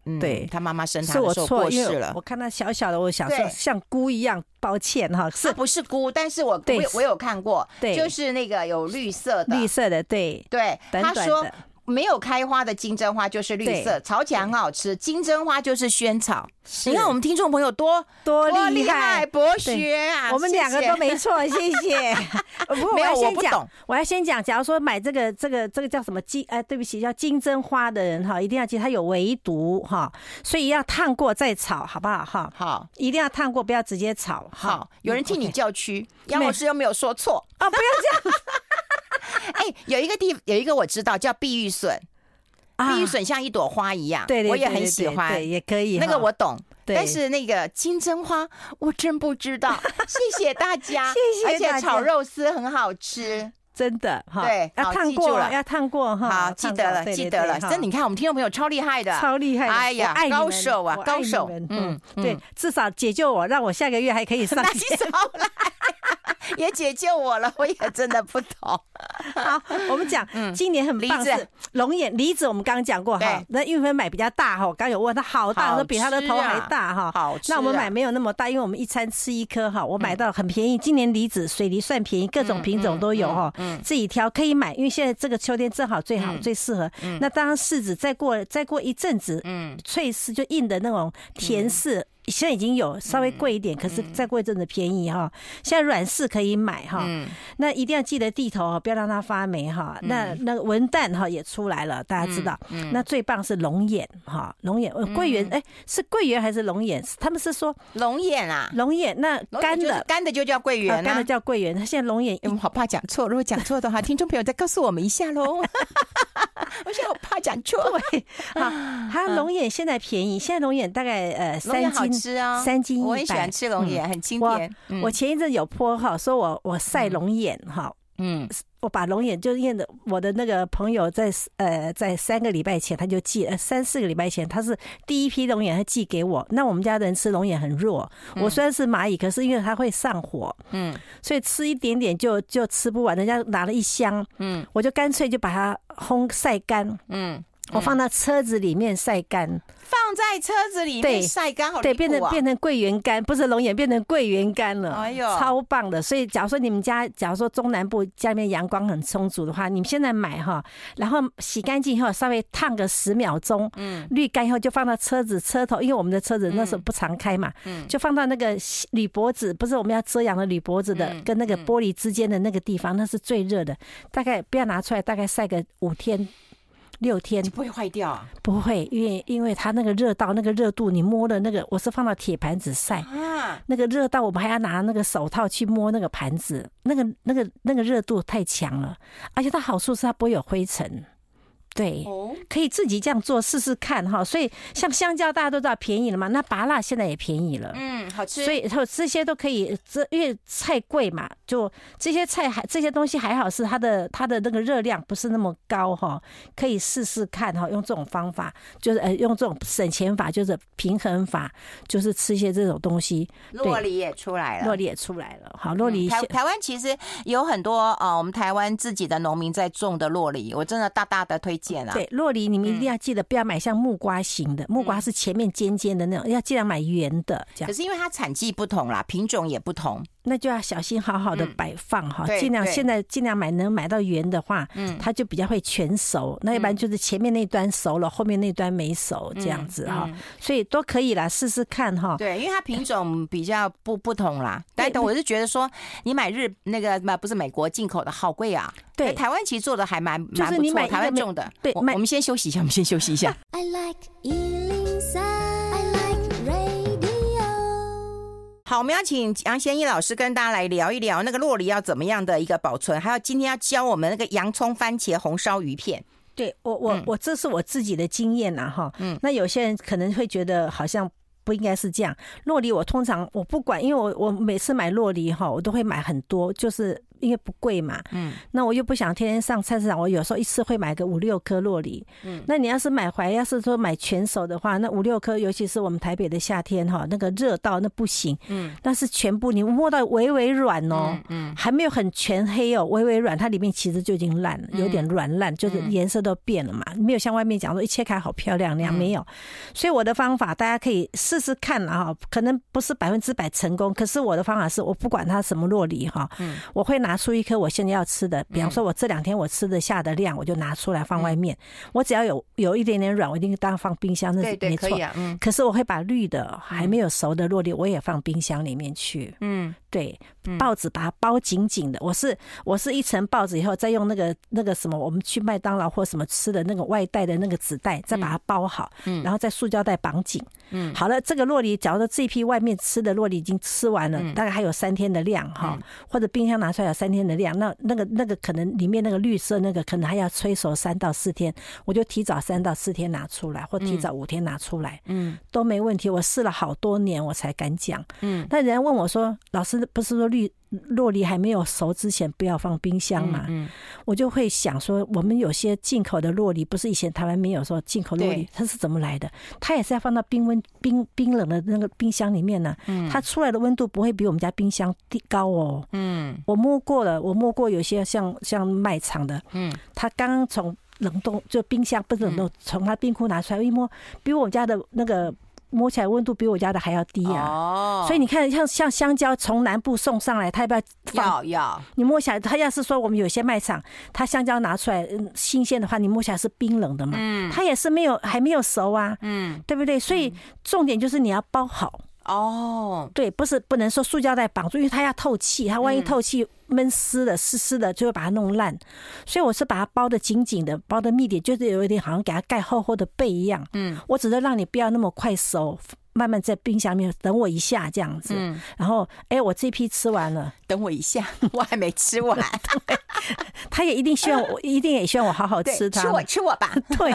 A: 嗯，
B: 对
A: 他妈妈生他
B: 是
A: 的
B: 我
A: 时候
B: 错，
A: 过
B: 因
A: 世
B: 为
A: 了
B: 我。看它小小的，我想说
A: 对
B: 像菇一样，抱歉哈，
A: 它
B: 是
A: 不是菇，但是我我
B: 对
A: 有我有看过，
B: 对
A: 就是那个有绿色的，
B: 绿色的，对，
A: 对，
B: 短短
A: 他说
B: 的
A: 没有开花的金针花就是绿色，
B: 对
A: 炒起来很好吃。金针花就是萱草。你
B: 是
A: 看我们听众朋友多
B: 多厉
A: 厉
B: 害。
A: 博学啊！
B: 我们
A: 谢
B: 两个
A: 谢
B: 都没错，谢 谢。不过我
A: 没有
B: 要
A: 我
B: 先
A: 不懂
B: 讲，我要先讲，假如说买这个这个这个叫什么金，哎，对不起，叫金针花的人哈，一定要记得它有围毒哈，所以要烫过再炒，好不好哈？
A: 好。
B: 一定要烫过，不要直接炒。
A: 好，有人替你叫屈，
B: OK
A: 杨老师又没有说错啊！不要这样。哎，有一个地有一个我知道叫碧玉笋，碧玉
B: 水，
A: 笋像一朵花一样，
B: 啊对对，
A: 我也
B: 对
A: 很
B: 对
A: 喜
B: 对
A: 欢。
B: 对，也可以哈。
A: 那个我懂，
B: 对
A: 但是那个金针花我真不知道。谢谢大家，
B: 谢谢
A: 而
B: 大
A: 且
B: 家
A: 炒肉丝很好吃。
B: 真的哈，
A: 对好
B: 要烫
A: 记住
B: 过
A: 了
B: 要烫过哈，
A: 好，记
B: 烫
A: 得
B: 过
A: 了，
B: 对
A: 记
B: 对
A: 得
B: 对
A: 了。真
B: 哈
A: 的，你看我们听众朋友超厉害的，
B: 超厉害的！
A: 哎呀
B: 我爱，你们
A: 高手啊，
B: 我爱
A: 高
B: 你
A: 手
B: 们，
A: 嗯
B: 嗯，，对，，至少解救我，让我下个月还可以上
A: 那
B: 街。
A: 少来，也解救我了， 我也真的不懂。
B: 好， 我们讲，今年很
A: 嗯
B: 棒
A: 梨子
B: 是龙眼梨子，我们刚刚讲过哈
A: 对，
B: 那因为我们买比较大哈，我刚有问他好
A: 好
B: 大，都比他的头还
A: 吃啊
B: 大哈。
A: 好吃啊嗯
B: 那我们买没有那么大，因为我们一餐吃一颗哈，我买到很便宜，今年梨子水梨算便宜，各种品种都有哈，
A: 嗯
B: 自己挑可以买，因为现在这个秋天正好最好最适合。那当然柿子再过再过一阵子，
A: 嗯，
B: 脆丝就硬的那种甜柿，现在已经有稍微贵一点，可
A: 嗯
B: 是再过一阵子便宜哈。现在软柿可以买哈，
A: 嗯
B: 那一定要记得地头哦，不要让它发霉哈。那那个文旦哈也出来了，大家知道。
A: 嗯
B: 那最棒是龙眼哈，龙眼呃桂圆哎，是桂圆还是龙眼？他们是说
A: 龙眼啊，
B: 龙眼那
A: 龙眼
B: 干
A: 就是
B: 的，
A: 干的就叫桂
B: 呃
A: 圆
B: 干
A: 啊
B: 的。叫桂圆，它现在龙眼
A: 哎我们好怕讲错，如果讲错的话，听众朋友再告诉我们一下喽。 我现在好怕讲错，
B: 对，好，它龙眼现在便宜，现在龙眼大概
A: 嗯
B: 呃
A: 龙
B: 三
A: 眼好
B: 斤，
A: 吃啊，
B: 三斤一百，
A: 我很喜欢吃龙眼，很清甜。嗯
B: 我前一阵有泼哈，说我我晒龙眼哈，
A: 嗯，
B: 我把龙眼就验的，我的那个朋友在呃在三个礼拜前他就寄，呃三四个礼拜前他是第一批龙眼他寄给我。那我们家的人吃龙眼很弱，我虽然是蚂蚁，可是因为它会上火，
A: 嗯，
B: 所以吃一点点就就吃不完，人家拿了一箱，
A: 嗯，
B: 我就干脆就把它烘晒干，
A: 嗯，
B: 我放到车子里面晒干，
A: 放在车子里面
B: 对
A: 晒干，好
B: 对，
A: 离
B: 变
A: 谱
B: 成
A: 啊
B: 变成桂圆干，不是龙眼，变成桂圆干了，
A: 哎呦
B: 超棒的！所以，假如说你们家，假如说中南部家里面阳光很充足的话，你们现在买哈，然后洗干净以后稍微烫个十秒钟，嗯，滤干以后就放到车子车头，因为我们的车子那时候不常开嘛，嗯，就放到那个铝箔纸，不是我们要遮阳的铝箔纸
A: 嗯
B: 的，跟那个玻璃之间的那个地方，那是最热的，大概不要拿出来，大概晒个五天。六天
A: 你不会坏掉啊？
B: 不会，因为因为它那个热到那个热度，你摸了那个，我是放到铁盘子晒，
A: 啊，
B: 那个热到我们还要拿那个手套去摸那个盘子，那个那个那个热度太强了，而且它好处是它不会有灰尘，对，
A: 哦，
B: 可以自己这样做试试看哈。所以像香蕉大家都知道便宜了嘛，那拔辣现在也便宜了。
A: 嗯，好吃。
B: 所以它这些都可以，这因为菜贵嘛，就这些菜还这些东西还好是它的它的那个热量不是那么高哈，可以试试看哈，用这种方法就是呃用这种省钱法，就是平衡法，就是吃一些这种东西，
A: 洛梨也出来了，
B: 洛梨也出来了，好洛
A: 哎嗯
B: 梨
A: 台
B: 现
A: 台湾其实有很多呃，我们台湾自己的农民在种的洛梨，我真的大大的推荐啊。
B: 对，洛梨你们一定要记得不要买像木瓜型的，木瓜是前面尖尖的那种，要尽量买圆的，这
A: 可
B: 样
A: 是因为它产季不同啦，品种也不同，
B: 那就要小心好好的摆放哈，
A: 嗯对
B: 尽量
A: 对
B: 现在尽量买能买到圆的话，
A: 嗯
B: 它就比较会全熟，那一般就是前面那端熟了，后面那端没熟这样子哈
A: 嗯，
B: 所以都可以啦，试试看哈。
A: 对，因为它品种比较不不同啦。
B: 对
A: 但但我是觉得说，你买日那个不不是美国进口的好贵啊。
B: 对
A: 台湾其实做的还蛮
B: 就是
A: 蛮不
B: 你买
A: 错，
B: 一个
A: 台湾
B: 美
A: 种的。
B: 对
A: 我
B: 买
A: 我们先休息一下，我们先休息一下。
C: I like Ealing Sound. I like radio.
A: 好，我们要请杨贤一老师跟大家来聊一聊那个洛梨要怎么样的一个保存，还有今天要教我们那个洋葱番茄红烧鱼片。
B: 对我我
A: 嗯
B: 我这是我自己的经验啦哈。
A: 嗯
B: 那有些人可能会觉得好像。不应该是这样。洛梨我通常我不管，因为我我每次买洛梨哈，我都会买很多，就是因为不贵嘛。
A: 嗯，
B: 那我又不想天天上菜市场，我有时候一次会买个五六颗洛梨。
A: 嗯
B: 那你要是买回来，要是说买全熟的话，那五六颗，尤其是我们台北的夏天哈，那个热到那不行。
A: 嗯，
B: 那是全部你摸到微微软哦。
A: 嗯嗯
B: 还没有很全黑哦，微微软，它里面其实就已经烂了，有
A: 嗯
B: 点软烂，就是颜色都变了嘛，没有像外面讲说一切开好漂亮那样，没有。所以我的方法大家可以试试看啦哈，可能不是百分之百成功，可是我的方法是我不管它什么洛梨哈，
A: 嗯
B: 我会拿出一颗我现在要吃的，比方说我这两天我吃的下的量，我就拿出来
A: 嗯
B: 放外面，我只要有有一点点软，我一定当然放冰箱，那
A: 对
B: 是
A: 对，
B: 没
A: 可
B: 错。
A: 以啊，嗯
B: 可是我会把绿的还没有熟的落地，我也放冰箱里面去。
A: 嗯
B: 对，报纸把它包紧紧的。我是我是一层报纸以后，再用那个那个什么，我们去麦当劳或什么吃的那个外带的那个纸袋，再把它包好，
A: 嗯
B: 然后再塑胶袋绑紧。
A: 嗯
B: 好了，这个洛梨，假如说这一批外面吃的洛梨已经吃完了，
A: 嗯
B: 大概还有三天的量哈，或者冰箱拿出来有三天的量，那那个那个可能里面那个绿色那个可能还要催熟三到四天，我就提早三到四天拿出来，或提早五天拿出来。
A: 嗯
B: 都没问题，我试了好多年，我才敢讲。
A: 嗯
B: 但人家问我说：“老师不是说绿洛梨还没有熟之前不要放冰箱嘛？”
A: 嗯
B: 我就会想说，我们有些进口的洛梨，不是以前台湾没有说进口洛梨
A: 对，
B: 它是怎么来的？它也是要放到冰温冰冰冷的那个冰箱里面呢、
A: 嗯
B: 它出来的温度不会比我们家冰箱低高哦。
A: 嗯
B: 我摸过了，我摸过有些像像卖场的，
A: 嗯
B: 它刚刚从冷冻就冰箱不是冷冻，从它冰库拿出来一摸，比我家的那个摸起来温度比我家的还要低啊。
A: 哦
B: 所以你看，像像香蕉从南部送上来，它要不要放？
A: 要要
B: 你摸起来，它要是说我们有些卖场，它香蕉拿出来嗯新鲜的话，你摸起来是冰冷的嘛，
A: 嗯
B: 它也是没有还没有熟啊，
A: 嗯
B: 对不对？所以重点就是你要包好，
A: 哦
B: 对，不是不能说塑胶袋绑住，因为它要透气，它
A: 嗯
B: 万一透气闷湿了、湿湿的，就会把它弄烂。所以我是把它包的紧紧的，包的密点，就是有一点好像给它盖厚厚的被一样。
A: 嗯，
B: 我只是让你不要那么快熟，慢慢在冰箱里面等我一下这样子。
A: 嗯，
B: 然后，哎，我这批吃完了，
A: 等我一下， 我还没吃 完，
B: 他也一定希望我，一定也希望我好好
A: 对，
B: 吃它
A: 吃
B: 嘛。
A: 我吃我吧，
B: 对，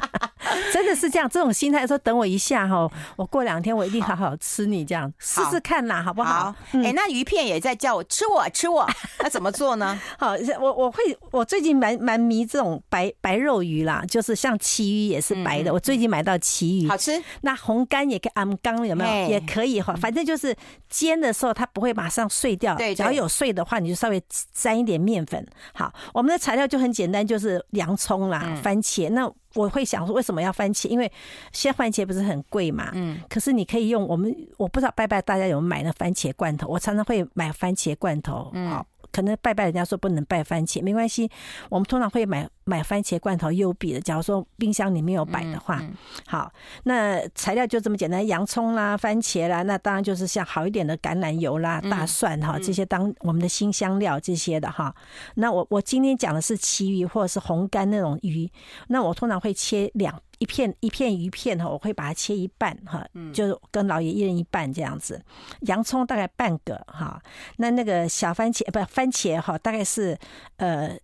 B: 真的是这样，这种心态说等我一下哈，我过两天我一定好好吃你这样，试试看啦，好不好？嗯
A: 哎，那鱼片也在叫我吃我吃 我，那怎么做呢？
B: 好，我我会，我最近蛮蛮迷这种白白肉鱼啦，就是像旗鱼也是白
A: 嗯
B: 的，我最近买到旗鱼
A: 好，吃，
B: 那红干也可以安缸有没
A: 哎
B: 有？也可以哈，反正就是煎的时候它不会马上碎掉，
A: 对对
B: 只要有碎的话，你就稍微沾一点面粉。好，我们的材料就很简单，就是洋葱啦、
A: 嗯
B: 番茄。那我会想说，为什么要番茄？因为现在番茄不是很贵嘛，
A: 嗯，
B: 可是你可以用我们，我不知道拜拜大家有没有买那番茄罐头，我常常会买番茄罐头，
A: 嗯
B: 好。可能拜拜，人家说不能拜番茄，没关系。我们通常会买买番茄罐头优比的。假如说冰箱里面有摆的话，好，那材料就这么简单，洋葱啦、番茄啦，那当然就是像好一点的橄榄油啦、大蒜哈，这些当我们的新香料这些的哈。那我我今天讲的是旗鱼或者是红干那种鱼，那我通常会切两一片一片鱼片哈，我会把它切一半哈，就是跟老爷一人一半这样子。洋葱大概半个哈，那那个小番茄不番茄哈，大概是呃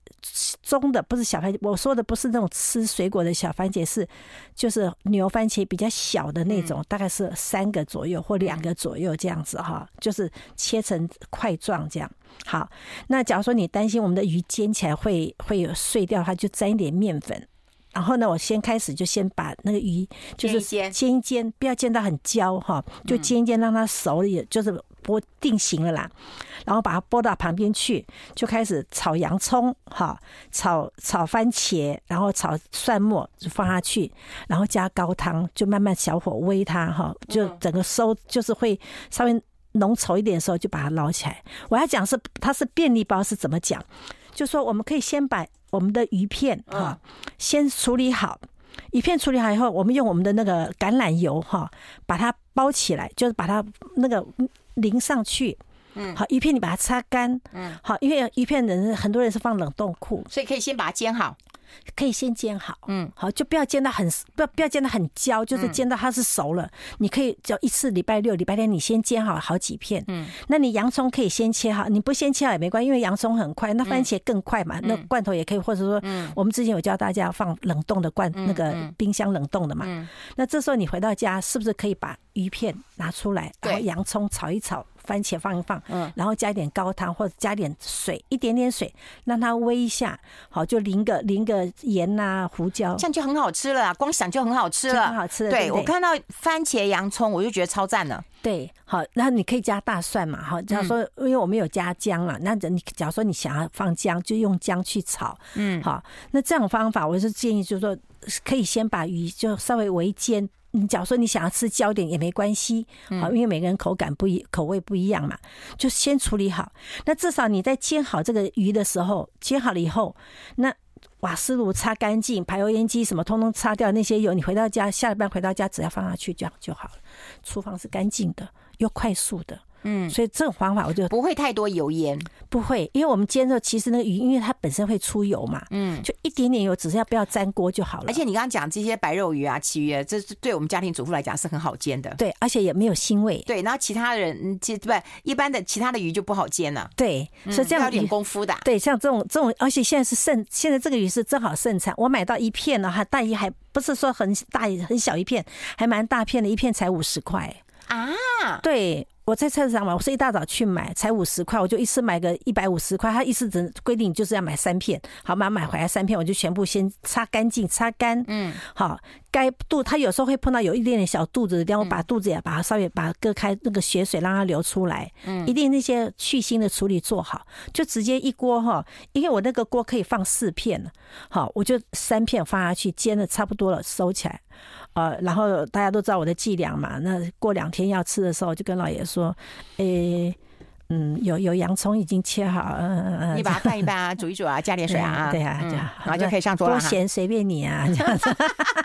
B: 中的不是小番茄，我说的不是那种吃水果的小番茄，是就是牛番茄比较小的那种，大概是三个左右或两个左右这样子哈，就是切成块状这样。好，那假如说你担心我们的鱼煎起来会会有碎掉的话，就沾一点面粉。然后呢，我先开始就先把那个鱼就是
A: 煎一嗯煎
B: 煎一煎，不要煎到很焦哈，就煎一煎让它熟了，也就是剥定型了啦。然后把它拨到旁边去，就开始炒洋葱，哈，炒炒番茄，然后炒蒜末就放下去，然后加高汤，就慢慢小火煨它，哈，就
A: 嗯
B: 整个收就是会稍微浓稠一点的时候就把它捞起来。我要讲是它是便利包是怎么讲，就说我们可以先把我们的鱼片哈、先处理好。鱼片处理好以后，我们用我们的那个橄榄油哈，把它包起来，就是把它那个淋上去，好，鱼片你把它擦干，嗯，好，因为鱼片人很多人是放冷冻库，
A: 所以可以先把它煎好。
B: 可以先煎好，
A: 嗯，
B: 好，就不要煎到很不要不要煎到很焦，就是煎到它是熟了，你可以只要一次礼拜六、礼拜天你先煎好好几片，嗯，那你洋葱可以先切好，你不先切好也没关系，因为洋葱很快，那番茄更快
A: 嗯
B: 嘛，那罐头也可以，或者说，我们之前有教大家放冷冻的罐，
A: 嗯
B: 那个冰箱冷冻的嘛，那这时候你回到家是不是可以把鱼片拿出来，然后
A: 对嗯
B: 洋葱炒一炒，番茄放一放，然后加一点高汤或者加点水，一点点水，让它煨一下，好，就淋个淋个盐呐、胡椒
A: 这，样就很好吃了啊，光想就很好吃
B: 就
A: 了，
B: 很好吃了对
A: 对
B: 不对
A: 我看到番茄洋葱，我就觉得超赞了。
B: 对，好，然后你可以加大蒜嘛，哈，
A: 嗯
B: 假如说因为我们有加姜了，那你假如说你想要放姜，就用姜去炒，嗯，好，那这种方法我是建议，就是说可以先把鱼就稍微微煎。你假如说你想要吃焦点也没关系，好，因为每个人口感不一口味不一样嘛，就先处理好。那至少你在煎好这个鱼的时候，煎好了以后，那瓦斯炉擦干净，排油烟机什么通通擦掉那些油，你回到家下了班回到家只要放下去这样就好了。厨房是干净的又快速的，嗯，所以这种方法我就
A: 不会太多油烟，
B: 不会，因为我们煎肉其实那个鱼，因为它本身会出油嘛，嗯，就一点点油，只是要不要粘锅就好了。
A: 而且你刚刚讲这些白肉鱼啊、旗鱼啊，这是对我们家庭主妇来讲是很好煎的。
B: 对，而且也没有腥味，
A: 对，然后其他人嗯其不一般的其他的鱼就不好煎了，
B: 对，所以这样
A: 嗯要点
B: 鱼
A: 功夫的啊。
B: 对，像这种这种，而且现在是盛，现在这个鱼是正好盛产。我买到一片呢，还大一还不是说很大很小一片，还蛮大片的，一片才五十块。
A: 啊，
B: 对，我在菜市场买，我是一大早去买，才五十块，我就一次买个一百五十块。他一次只规定就是要买三片，好嘛，买回来三片，我就全部先擦干净，擦干，嗯，好，该肚它有时候会碰到有一点点小肚子的地方，我把肚子也把它稍微把它割开，那个血水让它流出来，嗯，一定那些去腥的处理做好，就直接一锅哈，因为我那个锅可以放四片好，我就三片放下去煎的差不多了，收起来。呃，然后大家都知道我的伎俩嘛。那过两天要吃的时候，就跟老爷说，诶、嗯，有有洋葱已经切好，嗯嗯嗯，
A: 你把它拌一拌 啊，煮一煮啊，加点水啊，
B: 对呀、啊，
A: 嗯
B: 对呀、
A: 然后就可以上桌了
B: 多
A: 哈。
B: 咸随便你啊，这样子。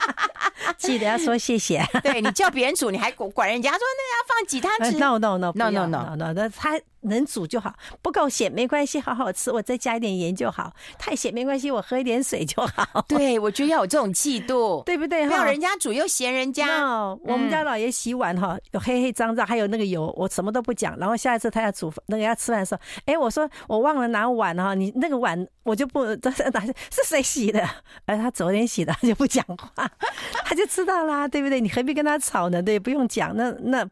B: 记得要说谢谢。
A: 对你叫别人煮，你还管管人家说那个要放几汤
B: 呃
A: 匙
B: no no no 不
A: No, no,
B: 要
A: no.
B: no no，那它能煮就好，不够咸没关系，好好吃，我再加一点盐就好。太咸没关系，我喝一点水就 好，
A: 对，我觉得要有这种气度，
B: 对不对？
A: 不
B: 哈
A: 要人家煮又嫌人家。嗯
B: 那我们家老爷洗碗哈，有黑黑脏脏，还有那个油，我什么都不讲。然后下一次他要煮那个要吃饭的时候，哎，我说我忘了拿碗哈，你那个碗我就不拿是谁洗的？哎，他昨天洗的，他就不讲话，他就知道啦，对不对？你何必跟他吵呢？对，不用讲，那那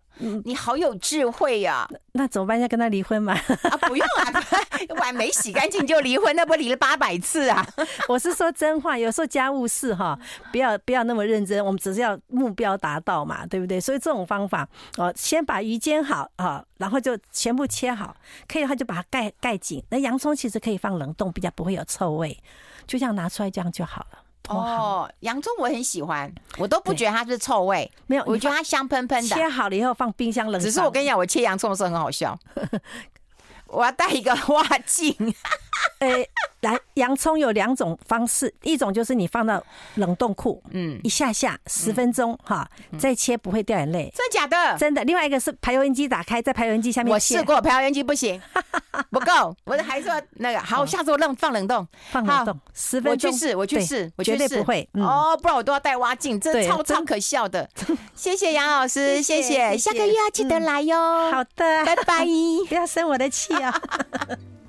A: 你好有智慧呀！
B: 那怎么办？要跟他离婚吗？
A: 啊，不用啊， 碗没洗干净就离婚，那不离了八百次啊？
B: 我是说真话，有时候家务事哈，不要不要那么认真，我们只是要目标达到嘛，对不对？所以这种方法，哦，先把鱼煎好啊，然后就全部切好，可以的话就把它盖盖紧。那洋葱其实可以放冷冻，比较不会有臭味，就这样拿出来这样就好了。多好，
A: 哦，洋葱我很喜欢，我都不觉得它是臭味，
B: 没有，
A: 我
B: 哦你
A: 觉得它香喷喷的
B: 切。好了以后放冰箱冷藏。
A: 只是我跟你讲，我切洋葱的时候很好 笑，我要戴一个蛙镜，
B: 呃，来，洋葱有两种方式，一种就是你放到冷冻库
A: 嗯，
B: 一下下十分钟哈，再切不会掉眼泪。
A: 真的假的？
B: 真的，另外一个是排油烟机打开，在排油烟机下面
A: 我
B: 切
A: 试过排油烟机不 行，不够，我还是要那个好，下次我冷放冷冻，
B: 放冷冻哦十
A: 我
B: 分钟，
A: 去试，我去
B: 对
A: 试，我去
B: 绝
A: 试，
B: 对不会。嗯，
A: 哦，不然我都要戴蛙镜，这
B: 对
A: 超
B: 真
A: 超可笑的。谢谢杨老师，谢
B: 谢谢
A: 谢，
B: 谢嗯
A: 下个
B: 谢
A: 月要记得来哟。
B: 好，的，
A: 拜拜。
B: 不要生我的气啊。